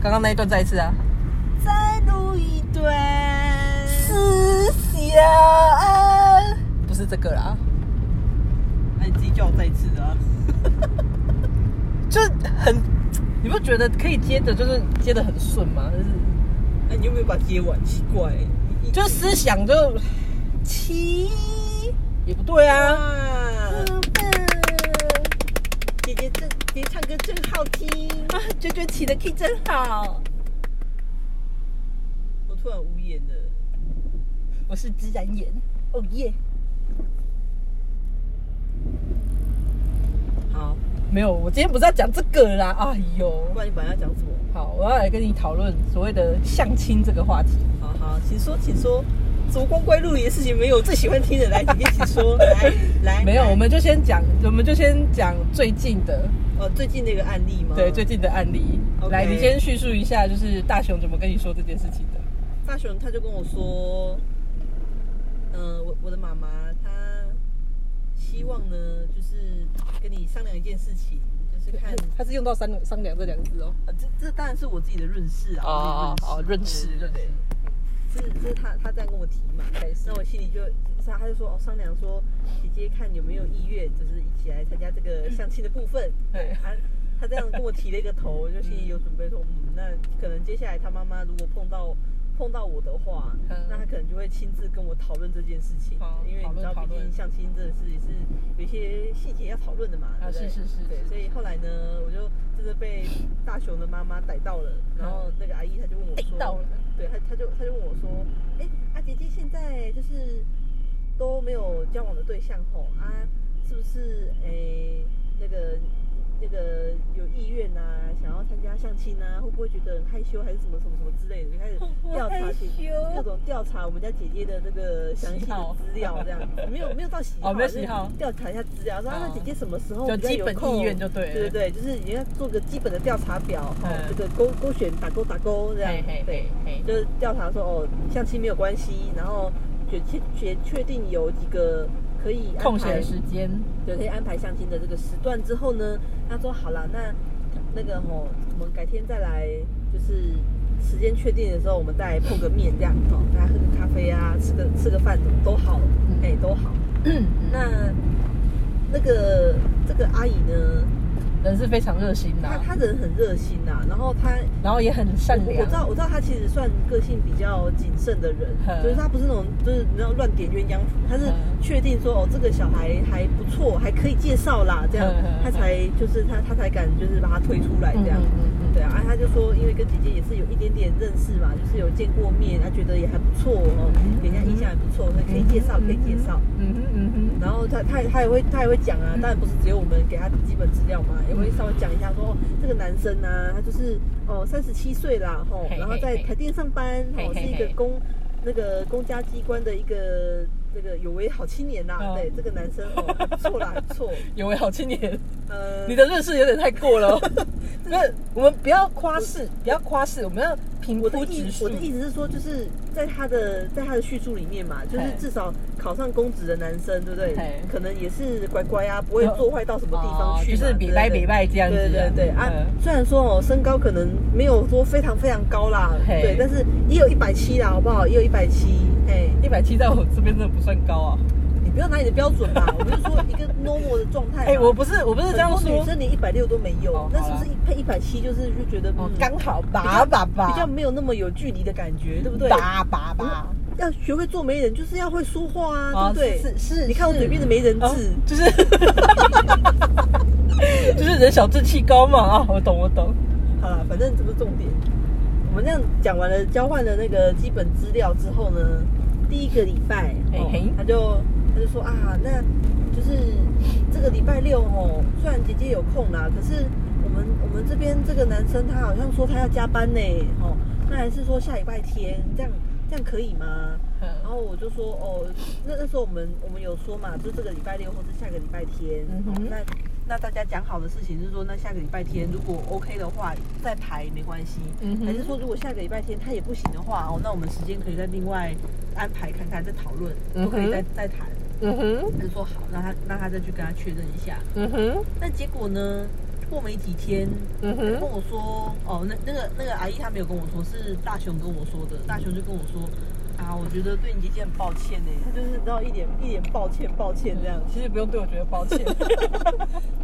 刚刚那一段再一次啊。再录一段思想不是这个啦，哎，你自己叫我再一次啊！ 就是很，你不觉得可以接的，就是接的很顺吗？就是哎，你有没有把它接完？奇怪，你就是思想就奇也不对啊啊。！姐姐真，姐姐唱歌真好听。啊，九九起的 key 真好，我突然无言了。我是自然眼，哦耶！好，没有，我今天不是要讲这个啦，哎呦。不然你本来要讲什么？好，我要来跟你讨论所谓的相亲这个话题。好好，请说，请说。什么光怪陆离的事情没有？我最喜欢听的，来，姐姐请说。来来， 没有，来我们就先讲，我们就先讲最近的，哦，最近那个案例吗？对最近的案例。 OK 来，你先叙述一下，就是大雄怎么跟你说这件事情的。大雄他就跟我说，嗯、我我的妈妈她希望呢，就是跟你商量一件事情，就是看，他是用到商量商量这两个字哦。呃、这这当然是我自己的润饰啊，哦我哦自己润饰对对对对是是他他这样跟我提嘛，那我心里就，他他就说哦商量说，姐姐看有没有意愿，就是一起来参加这个相亲的部分，嗯对，他他这样跟我提了一个头，我就心里有准备说，嗯，那可能接下来他妈妈如果碰到碰到我的话，嗯那他可能就会亲自跟我讨论这件事情好，因为你知道，讨论讨毕论竟相亲这事也是有一些细节要讨论的嘛，啊对不对是是是对，是所以后来呢，我就真的被大雄的妈妈逮到了，然后那个阿姨她就问我说，嗯到了。对他，他就他就问我说：“哎、啊姐姐现在就是都没有交往的对象吼啊，是不是哎、那个那个有意愿啊，想要参加相亲啊，会不会觉得很害羞还是什么什么什么之类的？”就开始调查起羞各种调查我们家姐姐的那个详细喜的好资料，这样子没有没有到喜好，哦没有喜就是好调查一下资料，说啊哦那姐姐什么时候就比较基有本空意愿就对了对对对，就是你要做个基本的调查表，哦嗯，这个勾勾选打勾打勾这样嘿，嘿对嘿。嘿，就是调查说哦，相亲没有关系，然后确确确确定有几个可以安排空闲时间，对，可以安排相亲的这个时段之后呢，他说好了，那那个吼、我们改天再来，就是时间确定的时候，我们再来碰个面这样哦，大家喝个咖啡啊，吃个吃个饭都好，哎、都好。那那个这个阿姨呢，人是非常热心的她啊，她人很热心呐、然后她然后也很善我我良知。道，我知道他其实算个性比较谨慎的人嗯，就是他不是那种就是你知道乱点鸳鸯谱，他是嗯确定说哦这个小孩还不错，还可以介绍啦，这样嗯嗯嗯他才就是他他才敢就是把他推出来这样。嗯对啊，啊他就说，因为跟姐姐也是有一点点认识嘛，就是有见过面，他觉得也还不错哦，给人家印象还不错，所以可以介绍，可以介绍。。嗯哼嗯哼然后他他也他也会他也会讲嗯啊，当然不是只有我们给他基本资料嘛，也会稍微讲一下说、哦、这个男生啊，他就是哦三十七岁啦吼嘿嘿，然后在台电上班，嘿吼嘿是一个公那个公家机关的一个那个有为好青年啦，哦对这个男生哦还不错 啦，还不错，嗯哼，有为好青年，呃，你的认识有点太过了哦。不是，我们不要夸饰，不要夸饰，我们要平我的铺意直述我的。意思是说，就是在他的在他的叙述里面嘛，就是嘿至少考上公职的男生，对不对嘿？可能也是乖乖啊，不会做坏到什么地方去哦嘛，就是比拜对比对拜这样子啊。对对对啊嗯，虽然说哦，身高可能没有说非常非常高啦，嘿对，但是也有一百七啦，好不好？也有一百七，哎，一百七在我这边真的不算高啊！你不要拿你的标 准吧，我就说一个 normal 的状态嘛。哎、我不是，我不是这样很多说女，生连一百六都没有哦，那好是啦不是一配一百七就是就觉得哦嗯刚好拔拔拔，比较没有那么有距离的感觉，对不对？拔拔拔，要学会做媒人，就是要会说话啊，哦对不对？是是，你看我是嘴边的媒人哦痣，就是就是人小志气高嘛啊！我懂我懂，好了，反正这不是重点。我们这样讲完了，交换了那个基本资料之后呢，第一个礼拜，哦嘿嘿他就他就说啊，那就是这个礼拜六哦，虽然姐姐有空啦，可是我们我们这边这个男生他好像说他要加班呢，哦，那还是说下礼拜天这样这样可以吗？嗯然后我就说哦，那那时候我们我们有说嘛，就这个礼拜六或者下个礼拜天，嗯哦哼那那大家讲好的事情是说，那下个礼拜天如果 OK 的话再排没关系，嗯哼还是说如果下个礼拜天他也不行的话哦，那我们时间可以再另外安排看看，再讨论，嗯都哼可以再再谈。嗯哼他就说好，那他那他再去跟他确认一下。嗯哼，那结果呢？过没几天，嗯跟哼，我说，哦，那那个那个阿姨她没有跟我说，是大雄跟我说的。大雄就跟我说，啊，我觉得对你姐姐很抱歉呢。他就是你知道一点一点抱歉抱歉这样。其实不用对我觉得抱歉。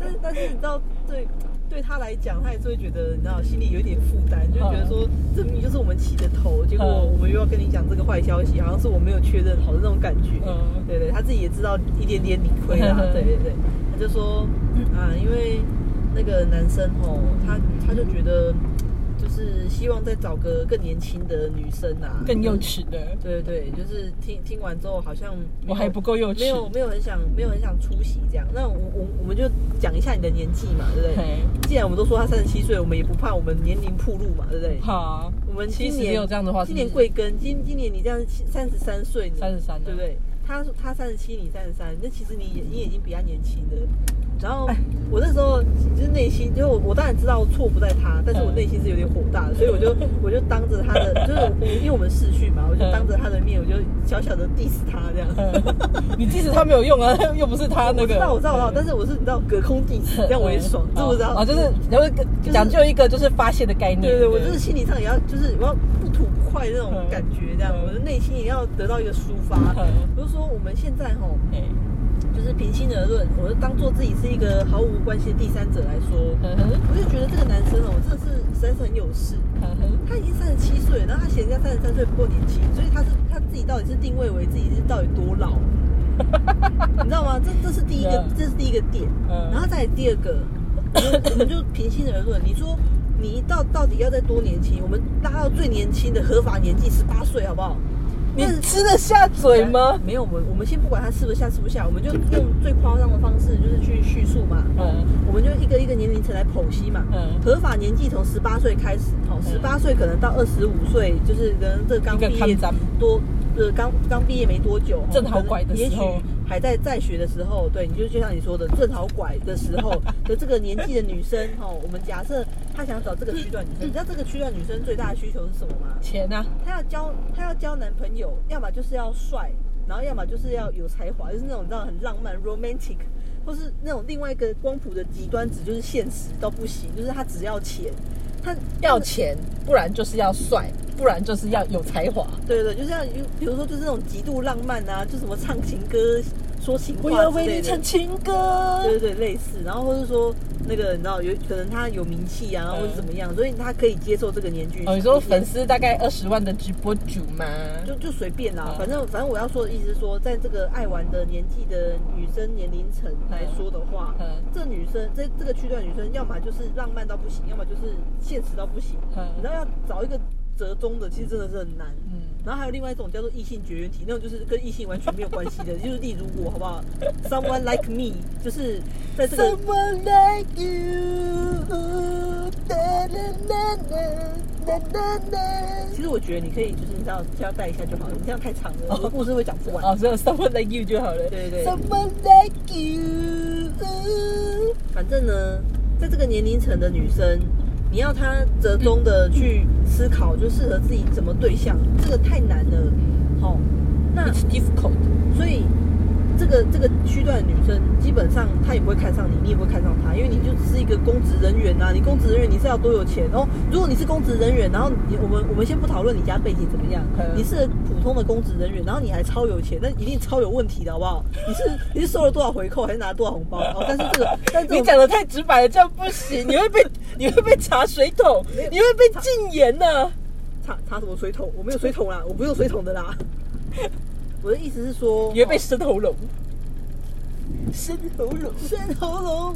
但是但是你知道，对对他来讲，他也是会觉得你知道心里有一点负担，就觉得说这明明就是我们起的头，结果嗯我们又要跟你讲这个坏消息，好像是我没有确认好的那种感觉。嗯。对对，他自己也知道一点点理亏啦 对对对，他就说啊，因为那个男生吼，他他就觉得就是希望再找个更年轻的女生啊，更幼。齿的，对对对，就是听听完之后，好像没有我还不够幼齿没。有没有很想没有很想出席这样。那我我我们就讲一下你的年纪嘛，对不对？嘿既然我们都说他三十七岁，我们也不怕我们年龄暴露嘛，对不对？好，我们其今实年没有这样的话，今年贵贵庚？今今年你这样三十三岁，三十三，对不？对？他他三十七，你三十三，那其实你也你已经比他年轻了。然哎后我那时候就是内心，就是我我当然知道错不在他，但是嗯我内心是有点火大的，所以我就我就当着他的，就是我因为我们视讯嘛，我就当着他的面，我就小小的 diss 他这样。嗯你即使他没有用啊，又不是他那我个。知道，我知道，我知道，但是我是你知道隔空 diss，这样我也爽，知不知道？啊，就是然后就是讲究一个就是发泄的概念。对对，我就是心理上也要，就是我要不吐不快那种嗯感觉，这样嗯我的内心也要得到一个抒发。嗯比如说我们现在吼，嘿嗯就是平心而论，我就当做自己是一个毫无关系的第三者来说，嗯哼我就觉得这个男生哦，真的是实在是很有事。嗯哼他已经三十七岁了，然后他嫌人家三十三岁不够年轻，所以他是他自己到底是定位为自己是到底多老， 你知道吗？这这是第一个 Yeah.，这是第一个点。嗯然后再来第二个，我们我们就平心而论，你说你到到底要再多年轻？我们拉到最年轻的合法年纪十八岁，好不好？你但是吃得下嘴吗？没有，我们我们先不管他是不是下吃不下，我们就用最夸张的方式，就是去叙述嘛。嗯我们就一个一个年龄层来剖析嘛。嗯，合法年纪从十八岁开始，哦，嗯十八岁可能到二十五岁，就是可能这刚一个毕看业展多，呃，刚刚毕业没多久，哦正好拐的时候可能也许还在在学的时候，对，你就就像你说的，正好拐的时 候的这个年纪的女生，哦，我们假设她想找这个区段女生，你知道这个区段女生最大的需求是什么吗？钱啊，她要交她要交男朋友，要么就是要帅，然后要么就是要有才华，就是那种你知道很浪漫 romantic，或是那种另外一个光谱的极端值，就是现实到不行，就是她只要钱，她要钱，不然就是要帅，不然就是要有才华。对对，就是要有比如说就是那种极度浪漫啊，就什么唱情歌、说情话我要之为类你的唱情歌。对对对，类似，然后或是说那个你知道有可能他有名气啊，嗯或者怎么样，所以他可以接受这个年纪。哦，你说粉丝大概二十万的直播主吗？就就随便啦，嗯反正反正我要说的意思是说，在这个爱玩的年纪的女生年龄层来说的话，嗯这女生这这个区段女生，要么就是浪漫到不行，要么就是现实到不行。你嗯知道要找一个折中的，其实真的是很难。嗯，然后还有另外一种叫做异性绝缘体，那种就是跟异性完全没有关系的， 就是例如我，好不好？Someone like me，就是在这个 Someone like 呃 you，da da da da da da 其实我觉得你可以就是你知道交代一下就好了，你这样太长了，我的故事会讲不 da 完。哦，只有 someone like you 就好了。对对对，someone like 呃 you，反正呢，在这个年龄层的女生，你要她折中的去思考，就适合自己怎么对象，这个太难了。好、那 it's difficult。所以这个这个区段的女生，基本上她也不会看上你，你也不会看上她，因为你就只是一个公职人员啊。你公职人员你是要多有钱哦。如果你是公职人员，然后你我们我们先不讨论你家背景怎么样嗯，你是普通的公职人员，然后你还超有钱，那一定超有问题的好不好？你是你是收了多少回扣，还是拿了多少红包？哦，但是这个但是这你种讲的太直白了，这样不行，你 会被你会被查水桶，你会被禁言呢、插插什么水桶？我没有水桶啦，我不用水桶的啦。 我的意思是说，哦你会被 伸喉咙，伸喉咙。伸喉咙？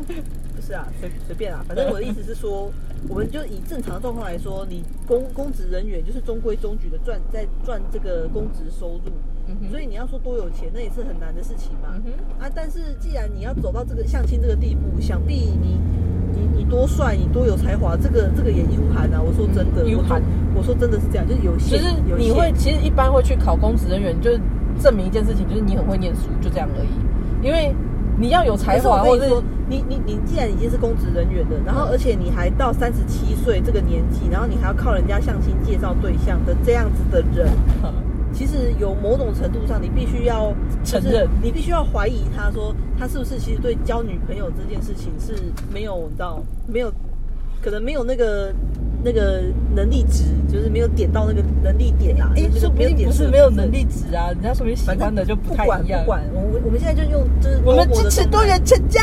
不是啊，随随便啊，反正我的意思是说，我们就以正常状况来说，你公公职人员就是中规中矩的赚，在赚这个公职收入，嗯哼所以你要说多有钱，那也是很难的事情嘛。嗯哼啊，但是既然你要走到这个相亲这个地步，想必你你你多帅，你多有才华，这个这个也蕴含啊。我说真的，嗯我蕴说含我说真的是这样，就是有就限，是有你限会，其实一般会去考公职人员，就是证明一件事情，就是你很会念书，就这样而已。因为你要有才才华，华，或啊或者者说是嗯你你你既然已经是公职人员了，然后而且你还到三十嗯七岁这个年纪，然后你还要靠人家相亲介绍对象的这样子的人，其实有某种程度上，你必须要就是承认你必须要怀疑他说他是不是其实对交女朋友这件事情是没有你知道没有，可能没有那个那个能力值，就是没有点到那个能力点啊，哎就，说是不没有定点不射是的没有部分能，力值啊，人家说不定喜反正欢的就不太管啊一样。不管，我我们现在就用就是我们多支的持状多态元成家。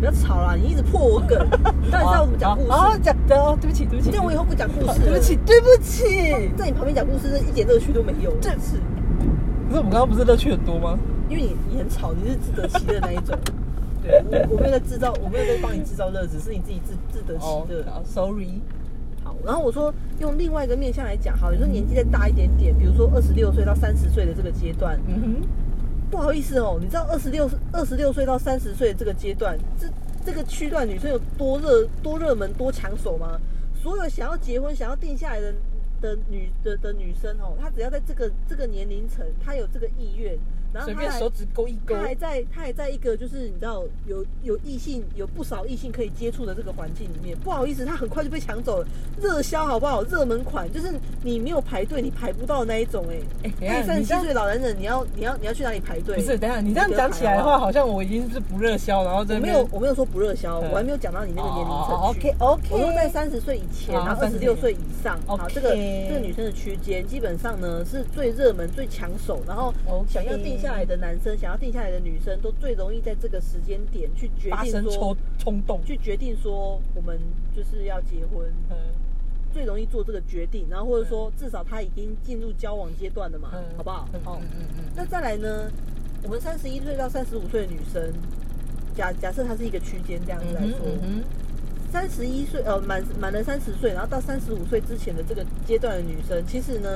不要吵啦，你一直破我梗， 你到底在我们讲故事？哦，讲的哦，对不起，对不起，这样我以后不讲故事好了，对不起，对不起。在你旁边讲故事，真的一点乐趣都没有。这是可是我们刚刚不是乐趣很多吗？因为你你很吵，你是自得其乐那一 种。对，我我没有在制造，我没有在帮你制造乐子，是你自己自自得其哦乐。 s o r r y 好，然后我说用另外一个面向来讲，好，你说年纪再大一点点，比如说二十六岁到三十岁的这个阶段，嗯哼，不好意思哦，你知道二十六二十六岁到三十岁的这个阶段，这这个区段女生有多热多热门多抢手吗？所有想要结婚想要定下来的的女的的女生哦，她只要在这个这个年龄层，她有这个意愿，然后随她便还手指勾一勾她，还哎在她还在一个就是你知道有有异性有不少异性可以接触的这个环境里面，不好意思，她很快就被抢走了，热销好不好？热门款就是你没有排队你排不到那一种哎、哎，等一那下，你三你这十七样岁老男人，你要你要你要去哪里排队？不是，等一下，你这样讲起来的话，好像我已经是不热销，然后我真没有我没有说不热销，嗯我还没有讲到你那个年龄哦层区。 OK 我说在 OK，三十岁以前，好然后二十36六岁以上，好， OK 这个这个女生的区间，基本上呢是最热门、最抢手，然后 OK 想要定下来的男生，想要定下来的女生，都最容易在这个时间点去决发定生说冲，冲动，去决定说我们就是要结婚，嗯最容易做这个决定，然后或者说至少他已经进入交往阶段了嘛，好不好？哦好嗯，嗯嗯那再来呢，我们三十一岁到三十五岁的女生，假假设她是一个区间这样子嗯来说，嗯嗯三十一岁呃满满了三十岁，然后到三十五岁之前的这个阶段的女生，其实呢，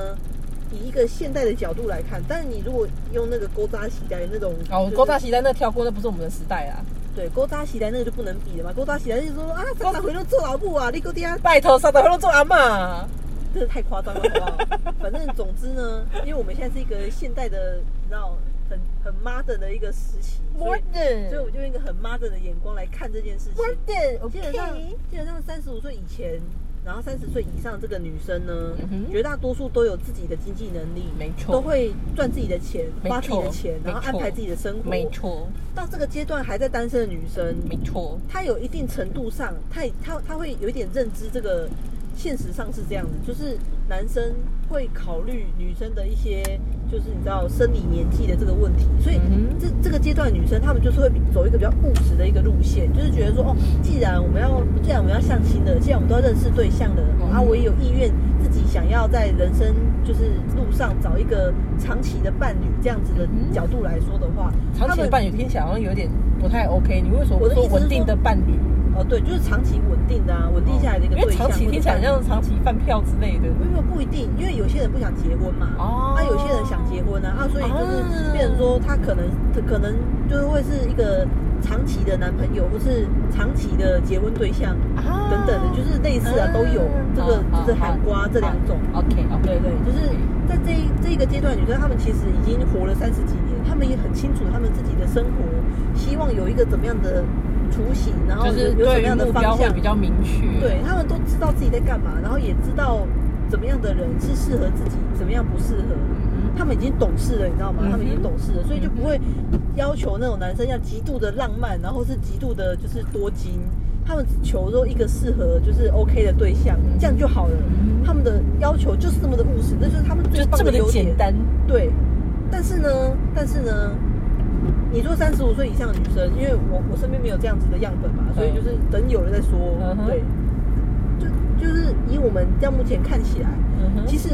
以一个现代的角度来看，但是你如果用那个勾扎喜来的那种，嗯，哦，勾扎，席在那跳过，那不是我们的时代啊！对勾扎喜来那个就不能比了嘛，勾扎喜来就是说啊，三十回都做老布啊，你勾爹啊，拜托，上台都做阿妈，真的太夸张了，好不 好？反正总之呢，因为我们现在是一个现代的，你知道，很很 modern 的一个时期，所以所以我的，就用一个很 modern 的眼光来看这件事情。的基本上，基本上三十五岁以前，然后三十岁以上这个女生呢，嗯哼绝大多数都有自己的经济能力，没错都会赚自己的钱，没错花自己的钱，然后没错安排自己的生活。没，错，到这个阶段还在单身的女生，没错，她有一定程度上，她她她会有一点认知这个。现实上是这样子，就是男生会考虑女生的一些，就是你知道生理年纪的这个问题，所以嗯哼这这个阶段的女生，她们就是会比走一个比较务实的一个路线，就是觉得说，哦，既然我们要，既然我们要相亲的，既然我们都要认识对象的，嗯啊，我也有意愿自己想要在人生就是路上找一个长期的伴侣，这样子的嗯哼角度来说的话，长期的伴侣听起来好像有点不太 OK，你为什么不我的意说思是稳定的伴侣？哦，对，就是长期稳定的啊，稳定下来的一个哦因对为象，长期听起来或者伴像侣长期饭票之类的。没有不一定，因为有些人不想结婚嘛，哦啊，有些人想结婚啊，啊，所以就是变成说他可能可能就是会是一个长期的男朋友，或是长期的结婚对象啊等等的，就是类似啊都有嗯这个就是含瓜啊这两种， OK 嗯 OK，对对，就是嗯在这一这一个阶段，女生她们其实已经活了三十几年，她们也很清楚她们自己的生活，希望有一个怎么样的雏形，然后就是有有对什么于样的目方标会向比，较明确。对他们都知道自己在干嘛，然后也知道怎么样的人是适合自己，怎么样不适合。嗯，他们已经懂事了，你知道吗嗯？哼他们已经懂事了，所以就不会要求那种男生要极度的浪漫，然后是极度的就是多金。他们只求说一个适合就是 OK 的对象，嗯这样就好了嗯。他们的要求就是这么的务实，那就是他们就最棒这么的优点简。单。对，但是呢，但是呢，你说三十五岁以上的女生，因为我我身边没有这样子的样本嘛，所以就是等有了再说。嗯哼对，就就是以我们这样目前看起来，嗯哼其实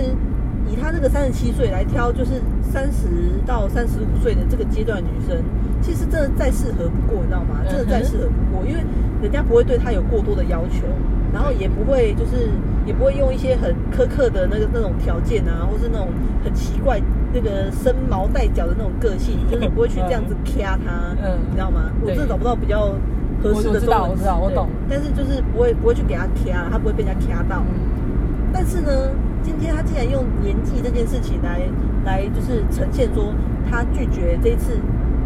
以她那个三十七岁来挑，就是三十到三十五岁的这个阶段的女生，其实真的再适合不过，你知道吗嗯？哼真的再适合不过，因为人家不会对她有过多的要求，然后也不会就是也不会用一些很苛刻的那个那种条件啊，或是那种很奇怪那个生毛带角的那种个性，就是不会去这样子掐她，嗯你知道吗？我对真的找不到比较合适我我的知中文道我知道词我懂对但是就是不会不会去给她掐，她不会被人家掐到。嗯但是呢，今天他竟然用年纪这件事情来来就是呈现说他拒绝这一次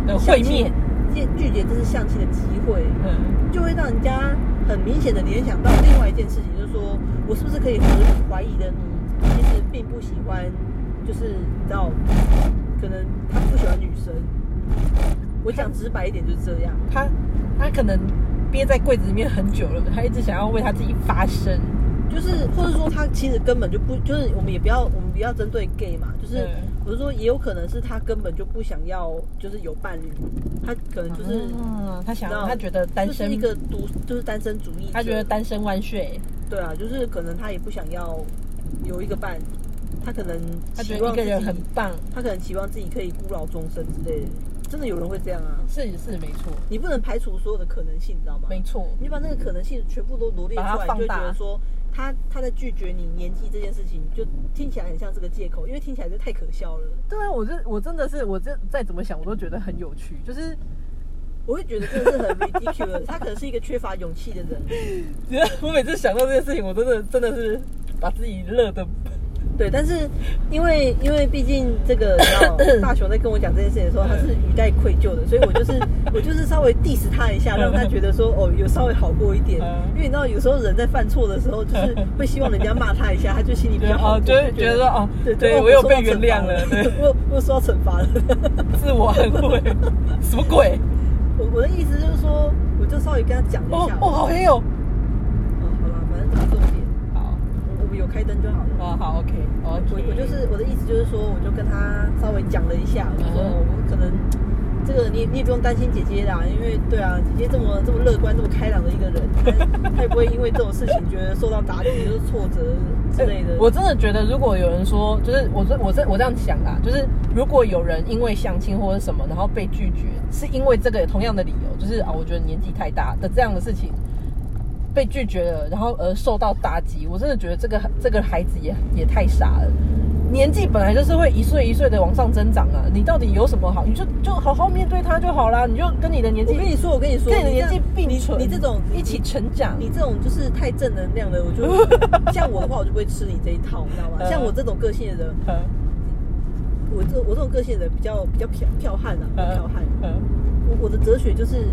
的呃相会亲面，，拒拒绝这次相亲的机会，嗯，就会让人家很明显的联想到另外一件事情，就是说我是不是可以合理怀疑的你其实并不喜欢就是你知道，可能他不喜欢女生。我讲直白一点就是这样。他他可能憋在柜子里面很久了，他一直想要为他自己发声。就是或者说他其实根本就不，就是我们也不要我们不要针对 gay 嘛，就是对我是说也有可能是他根本就不想要，就是有伴侣，他可能就是、嗯，他想你知道他觉得单就是身，一个独就是单身主义者，他觉得单身万岁，对啊，就是可能他也不想要有一个伴，他可能他期觉得望一自个己人很棒，他可能期望自己可以孤老终生之类的，真的有人会这样啊？是是没错，你不能排除所有的可能性，你知道吗？没错，你把那个可能性全部都罗列出把它来，你放就会觉大得说他他在拒绝你年纪这件事情，就听起来很像是个借口，因为听起来就太可笑了。对啊，我这我真的是我这再怎么想我都觉得很有趣，就是我会觉得真的是很 ridiculous，他可能是一个缺乏勇气的人， 我每次想到这件事情，我真的真的是把自己乐的，对。但是因为因为毕竟这个，你 知道大雄在跟我讲这件事情的时候，他是语带愧疚的，所以我就是我就是稍微 diss 他一下，让他觉得说哦有稍微好过一点嗯。因为你知道有时候人在犯错的时候， 就是会希望人家骂他一下，他就心里比较好哦，过，就会觉得说哦，对对哦我有受被到原惩谅罚 了，对，我我受到惩罚了。 自我安慰，什么鬼？我我的意思就是说，我就稍微跟他讲一哦下。哦，好黑哦。嗯，好啦，反正打重点，好，我我们有开灯就好了。哦好，OK，哦，我我就是我的意思就是说，我就跟他稍微讲了一下，我就说嗯哦我可能这个你你也不用担心姐姐啦，因为对啊，姐姐这么这么乐观、这么开朗的一个人，她她也不会因为这种事情觉得受到打击、就是挫折之类的。哎我真的觉得，如果有人说，就是我这我这我这样想啦，就是如果有人因为相亲或者什么，然后被拒绝，是因为这个同样的理由，就是啊，我觉得年纪太大的这样的事情被拒绝了，然后而受到打击，我真的觉得这个这个孩子也也太傻了。年纪本来就是会一岁一岁的往上增长啊，你到底有什么好？你就就好好面对他就好啦，你就跟你的年纪我，跟你说，我跟你说，跟你的这年样纪并存，你你这种一起成长，你这种就是太正能量了，我 就像我的话，我就不会吃你这一套，你知道吗？嗯像我这种个性的人，嗯我这我这种个性的人比较比较剽剽悍啊，比较剽悍。嗯我我的哲学就是，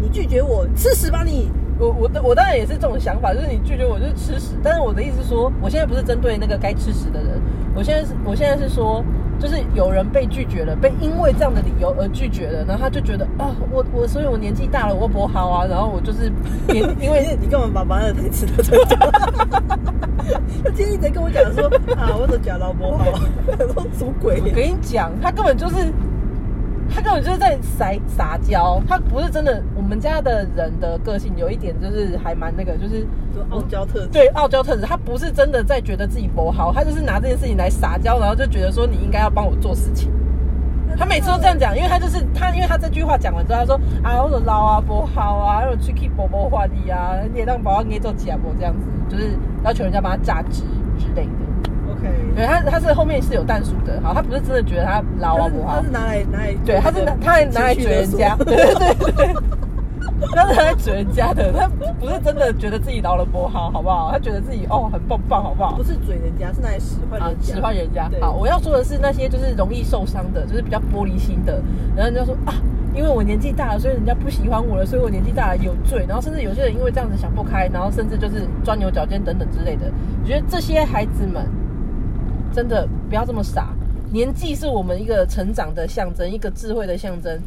你拒绝我，吃屎吧你！我我的我当然也是这种想法，就是你拒绝我就是吃屎。但是我的意思是说，我现在不是针对那个该吃屎的人，我现在是我现在是说，就是有人被拒绝了，被因为这样的理由而拒绝了，然后他就觉得啊，我我所以我年纪大了，我不好啊，然后我就是年因为 你你干嘛把马尔台词都在讲？他今天一直在跟我讲说啊，我走假老婆好，我说什么鬼我？跟你讲，他根本就是，他根本就是在撒撒娇，他不是真的。我们家的人的个性有一点就是还蛮那个，就是就傲娇特质。对傲娇特质，他不是真的在觉得自己不好，他就是拿这件事情来撒娇，然后就觉得说你应该要帮我做事情。他每次都这样讲，因为他就是他，因为他这句话讲完之后，他说啊，我的老啊不好啊，我去 keep 伯伯话你啊，你也让宝宝捏做假不这样子，就是要求人家帮他榨汁之类的。 ，OK。对他，他是后面是有淡数的，好，他不是真的觉得他老啊他是不好他是，拿来拿来，对，他是拿他还拿来情绪嘴人家，勒索对对对对，他是拿来嘴人家的，他不是真的觉得自己老了不好，好不好？他觉得自己哦很棒棒，好不好不？是嘴人家，是拿来使唤啊人，家。使唤人家对。好，我要说的是那些就是容易受伤的，就是比较玻璃心的，然后人家说啊，因为我年纪大了，所以人家不喜欢我了，所以我年纪大了有罪。然后甚至有些人因为这样子想不开，然后甚至就是钻牛角尖等等之类的。我觉得这些孩子们真的不要这么傻，年纪是我们一个成长的象征，一个智慧的象征。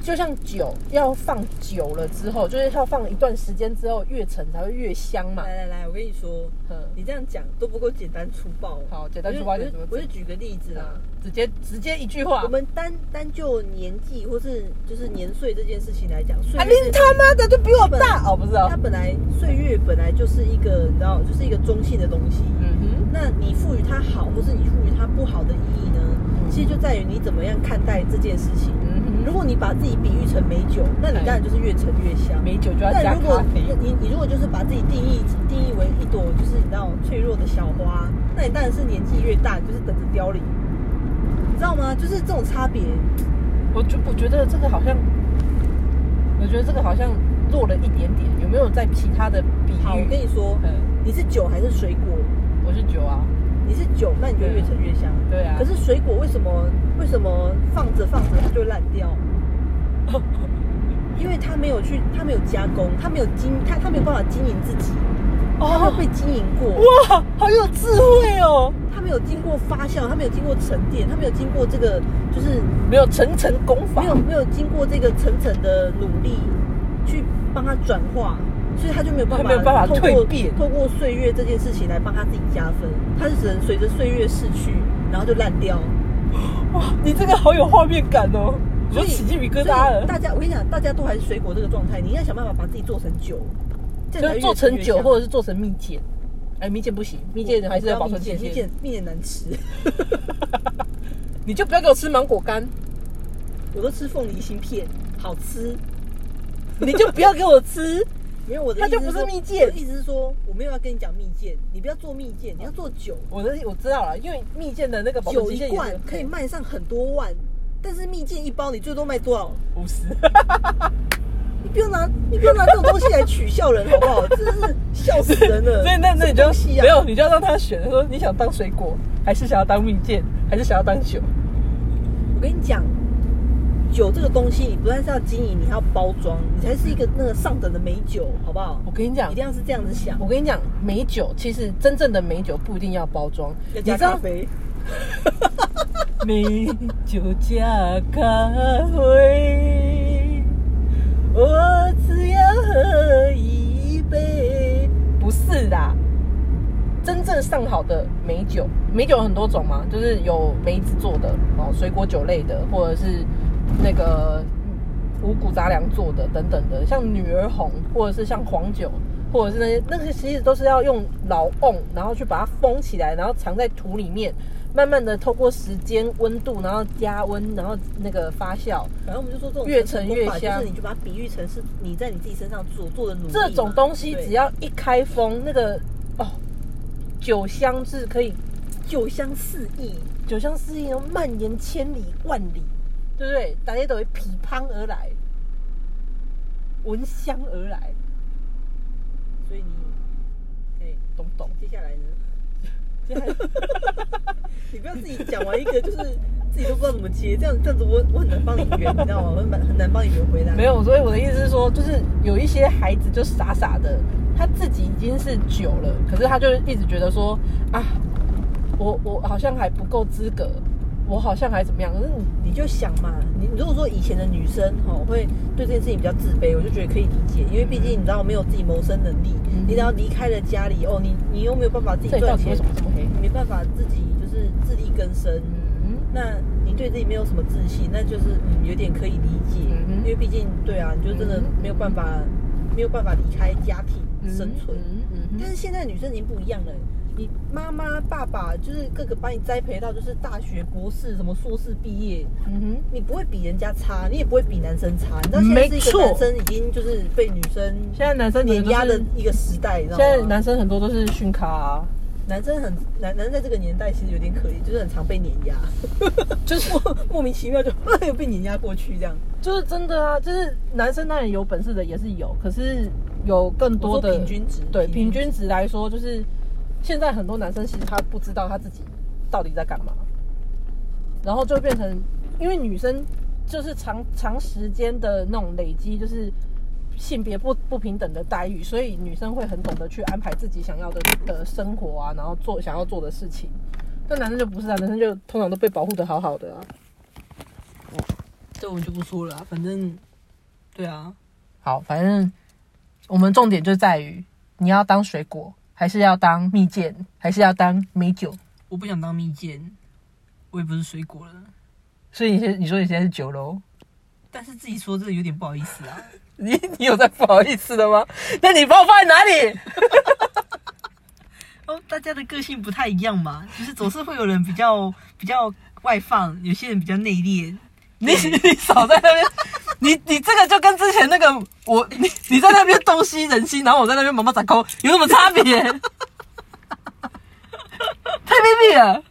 就像酒要放久了之后，就是要放一段时间之后，越陈才会越香嘛。来来来，我跟你说，嗯，你这样讲都不够简单粗暴。好，简单说完我就你怎么我就整举个例子啦。啊直接直接一句话我，们单单就年纪或是就是年岁这件事情来讲，岁啊，月你这件他妈的就比我大哦，不是哦它，本来岁月本来就是一个你知道，就是一个中性的东西。嗯那你赋予它好，或是你赋予它不好的意义呢？嗯其实就在于你怎么样看待这件事情。哼，嗯如果你把自己比喻成美酒，那你当然就是越陈越香哼，。美酒就要加但如果咖啡，你你如果就是把自己定义定义为一朵就是你知道脆弱的小花，那你当然是年纪越大就是等着凋零，你知道吗？就是这种差别。嗯我就我觉得这个好像，我觉得这个好像弱了一点点，有没有在其他的比好，我跟喻？你说，嗯，你是酒还是水果？我是酒啊，你是酒，那你就越陈越香。对啊，可是水果为什么为什么放着放着它就会烂掉？哦因为它没有去，它没有加工，它没有经，它它没有办法经营自己，它没有哦被经营过，哇，好有智慧哦，它没没有经过发酵，它没有经过沉淀，它没有经过这个就是没有层层功法没，有没有经过这个层层的努力去帮它转化，所以它就没有办法它没有办法透蜕过变透过岁月这件事情来帮它自己加分，它就只能随着岁月逝去，然后就烂掉。哇，你这个好有画面感哦，我都起鸡皮疙瘩所以了。大家，我跟你讲，大家都还是水果这个状态，你应该想办法把自己做成酒，这就样才是做越成酒，或越者是做成蜜饯。哎，蜜饯不行，蜜饯像还是要保存期蜜限饯，。蜜饯难吃，你就不要给我吃芒果干，我都吃凤梨芯片，好吃。你就不要给我吃。没有我的，它就不是蜜饯意思是说，我没有要跟你讲蜜饯，你不要做蜜饯，你要做酒。 我的我知道了，因为蜜饯的那个保存酒期一限罐可以卖上很多万，但是蜜饯一包你最多卖多少？五十。你不要拿，你不要拿这种东西来取笑人好不好？真的是笑死人 了。所以那那你什么就东西啊，没有，你就要让他选，说你想当水果，还是想要当蜜饯，还是想要当酒？我跟你讲，酒这个东西，你不但是要经营，你还要包装，你才是一个那个上等的美酒，好不好我？跟你讲一，定要是这样子想我。跟你讲，美酒其实真正的美酒不一定要包装，要你加知咖道啡，美酒加咖啡，我只要喝一杯。不是啦，真正上好的美酒，美酒有很多种嘛，就是有梅子做的哦，水果酒类的，或者是那个五谷杂粮做的等等的，像女儿红，或者是像黄酒，或者是那些那些其实都是要用老瓮，然后去把它封起来，然后藏在土里面，慢慢的透过时间、温度，然后加温，然后那个发酵，反正我们就说这种越陈越功法香就是你就把它比喻成是你在你自己身上所做的努力嘛。这种东西对只要一开封，那个哦，酒香是可以酒香四溢，酒香四溢，然后蔓延千里万里，对不对？大家都会匹乓而来，闻香而来，所以你，哎，懂不懂？接下来呢？接下来， 你不要自己讲完一个就是自己都不知道怎么接，这样这样子我我很难帮你圆，你知道吗？我很难很难帮你圆回来。没有，所以我的意思是说，就是有一些孩子就傻傻的，他自己已经是酒了，可是他就一直觉得说啊，我我好像还不够资格，我好像还怎么样？可是你你就想嘛，你如果说以前的女生哦，会对这件事情比较自卑，我就觉得可以理解，因为毕竟你知道没有自己谋生能力，嗯你只要离开了家里哦，你你又没有办法自己这里到赚底为钱什，么这么黑？你没办法自己就是自力更生，嗯，那你对自己没有什么自信，那就是嗯有点可以理解，嗯哼因为毕竟对啊，你就真的嗯哼没有办法，没有办法离开家庭生存。嗯嗯嗯但是现在女生已经不一样了，你妈妈、爸爸就是各个把你栽培到就是大学博士、什么硕士毕业，嗯你不会比人家差，你也不会比男生差。你知道现在是一没个错男生已经就是被女生哼，现在男生碾压的的，一个时代，你知道现吗？在男生很多都是训咖、啊，男生很男男生在这个年代其实有点可怜，就是很常被碾压，就是 莫莫名其妙就 又被碾压过去这样。就是真的啊，就是男生当然有本事的也是有，可是有更多我的说平均值对平平均值均值来说，就是现在很多男生其实他不知道他自己到底在干嘛，然后就变成因为女生就是长长时间的那种累积，就是性别不不平等的待遇，所以女生会很懂得去安排自己想要的的生活啊，然后做想要做的事情。但男生就不是啊，男生就通常都被保护的好好的啊。这我们就不说了、啊反正对啊，好，反正我们重点就在于你要当水果，还是要当蜜饯，还是要当美酒。我不想当蜜饯，我也不是水果了，所以你现你说你现在是酒楼， 但是自己说这个有点不好意思啊。你你有在不好意思的吗？那你把我放在哪里？ 哦，大家的个性不太一样嘛，就是总是会有人比较比较外放，有些人比较内敛。你你少在那边，你你这个就跟之前那个我你你在那边洞悉人心，然后我 在那边妈妈掌控，有什么差别？太卑鄙了！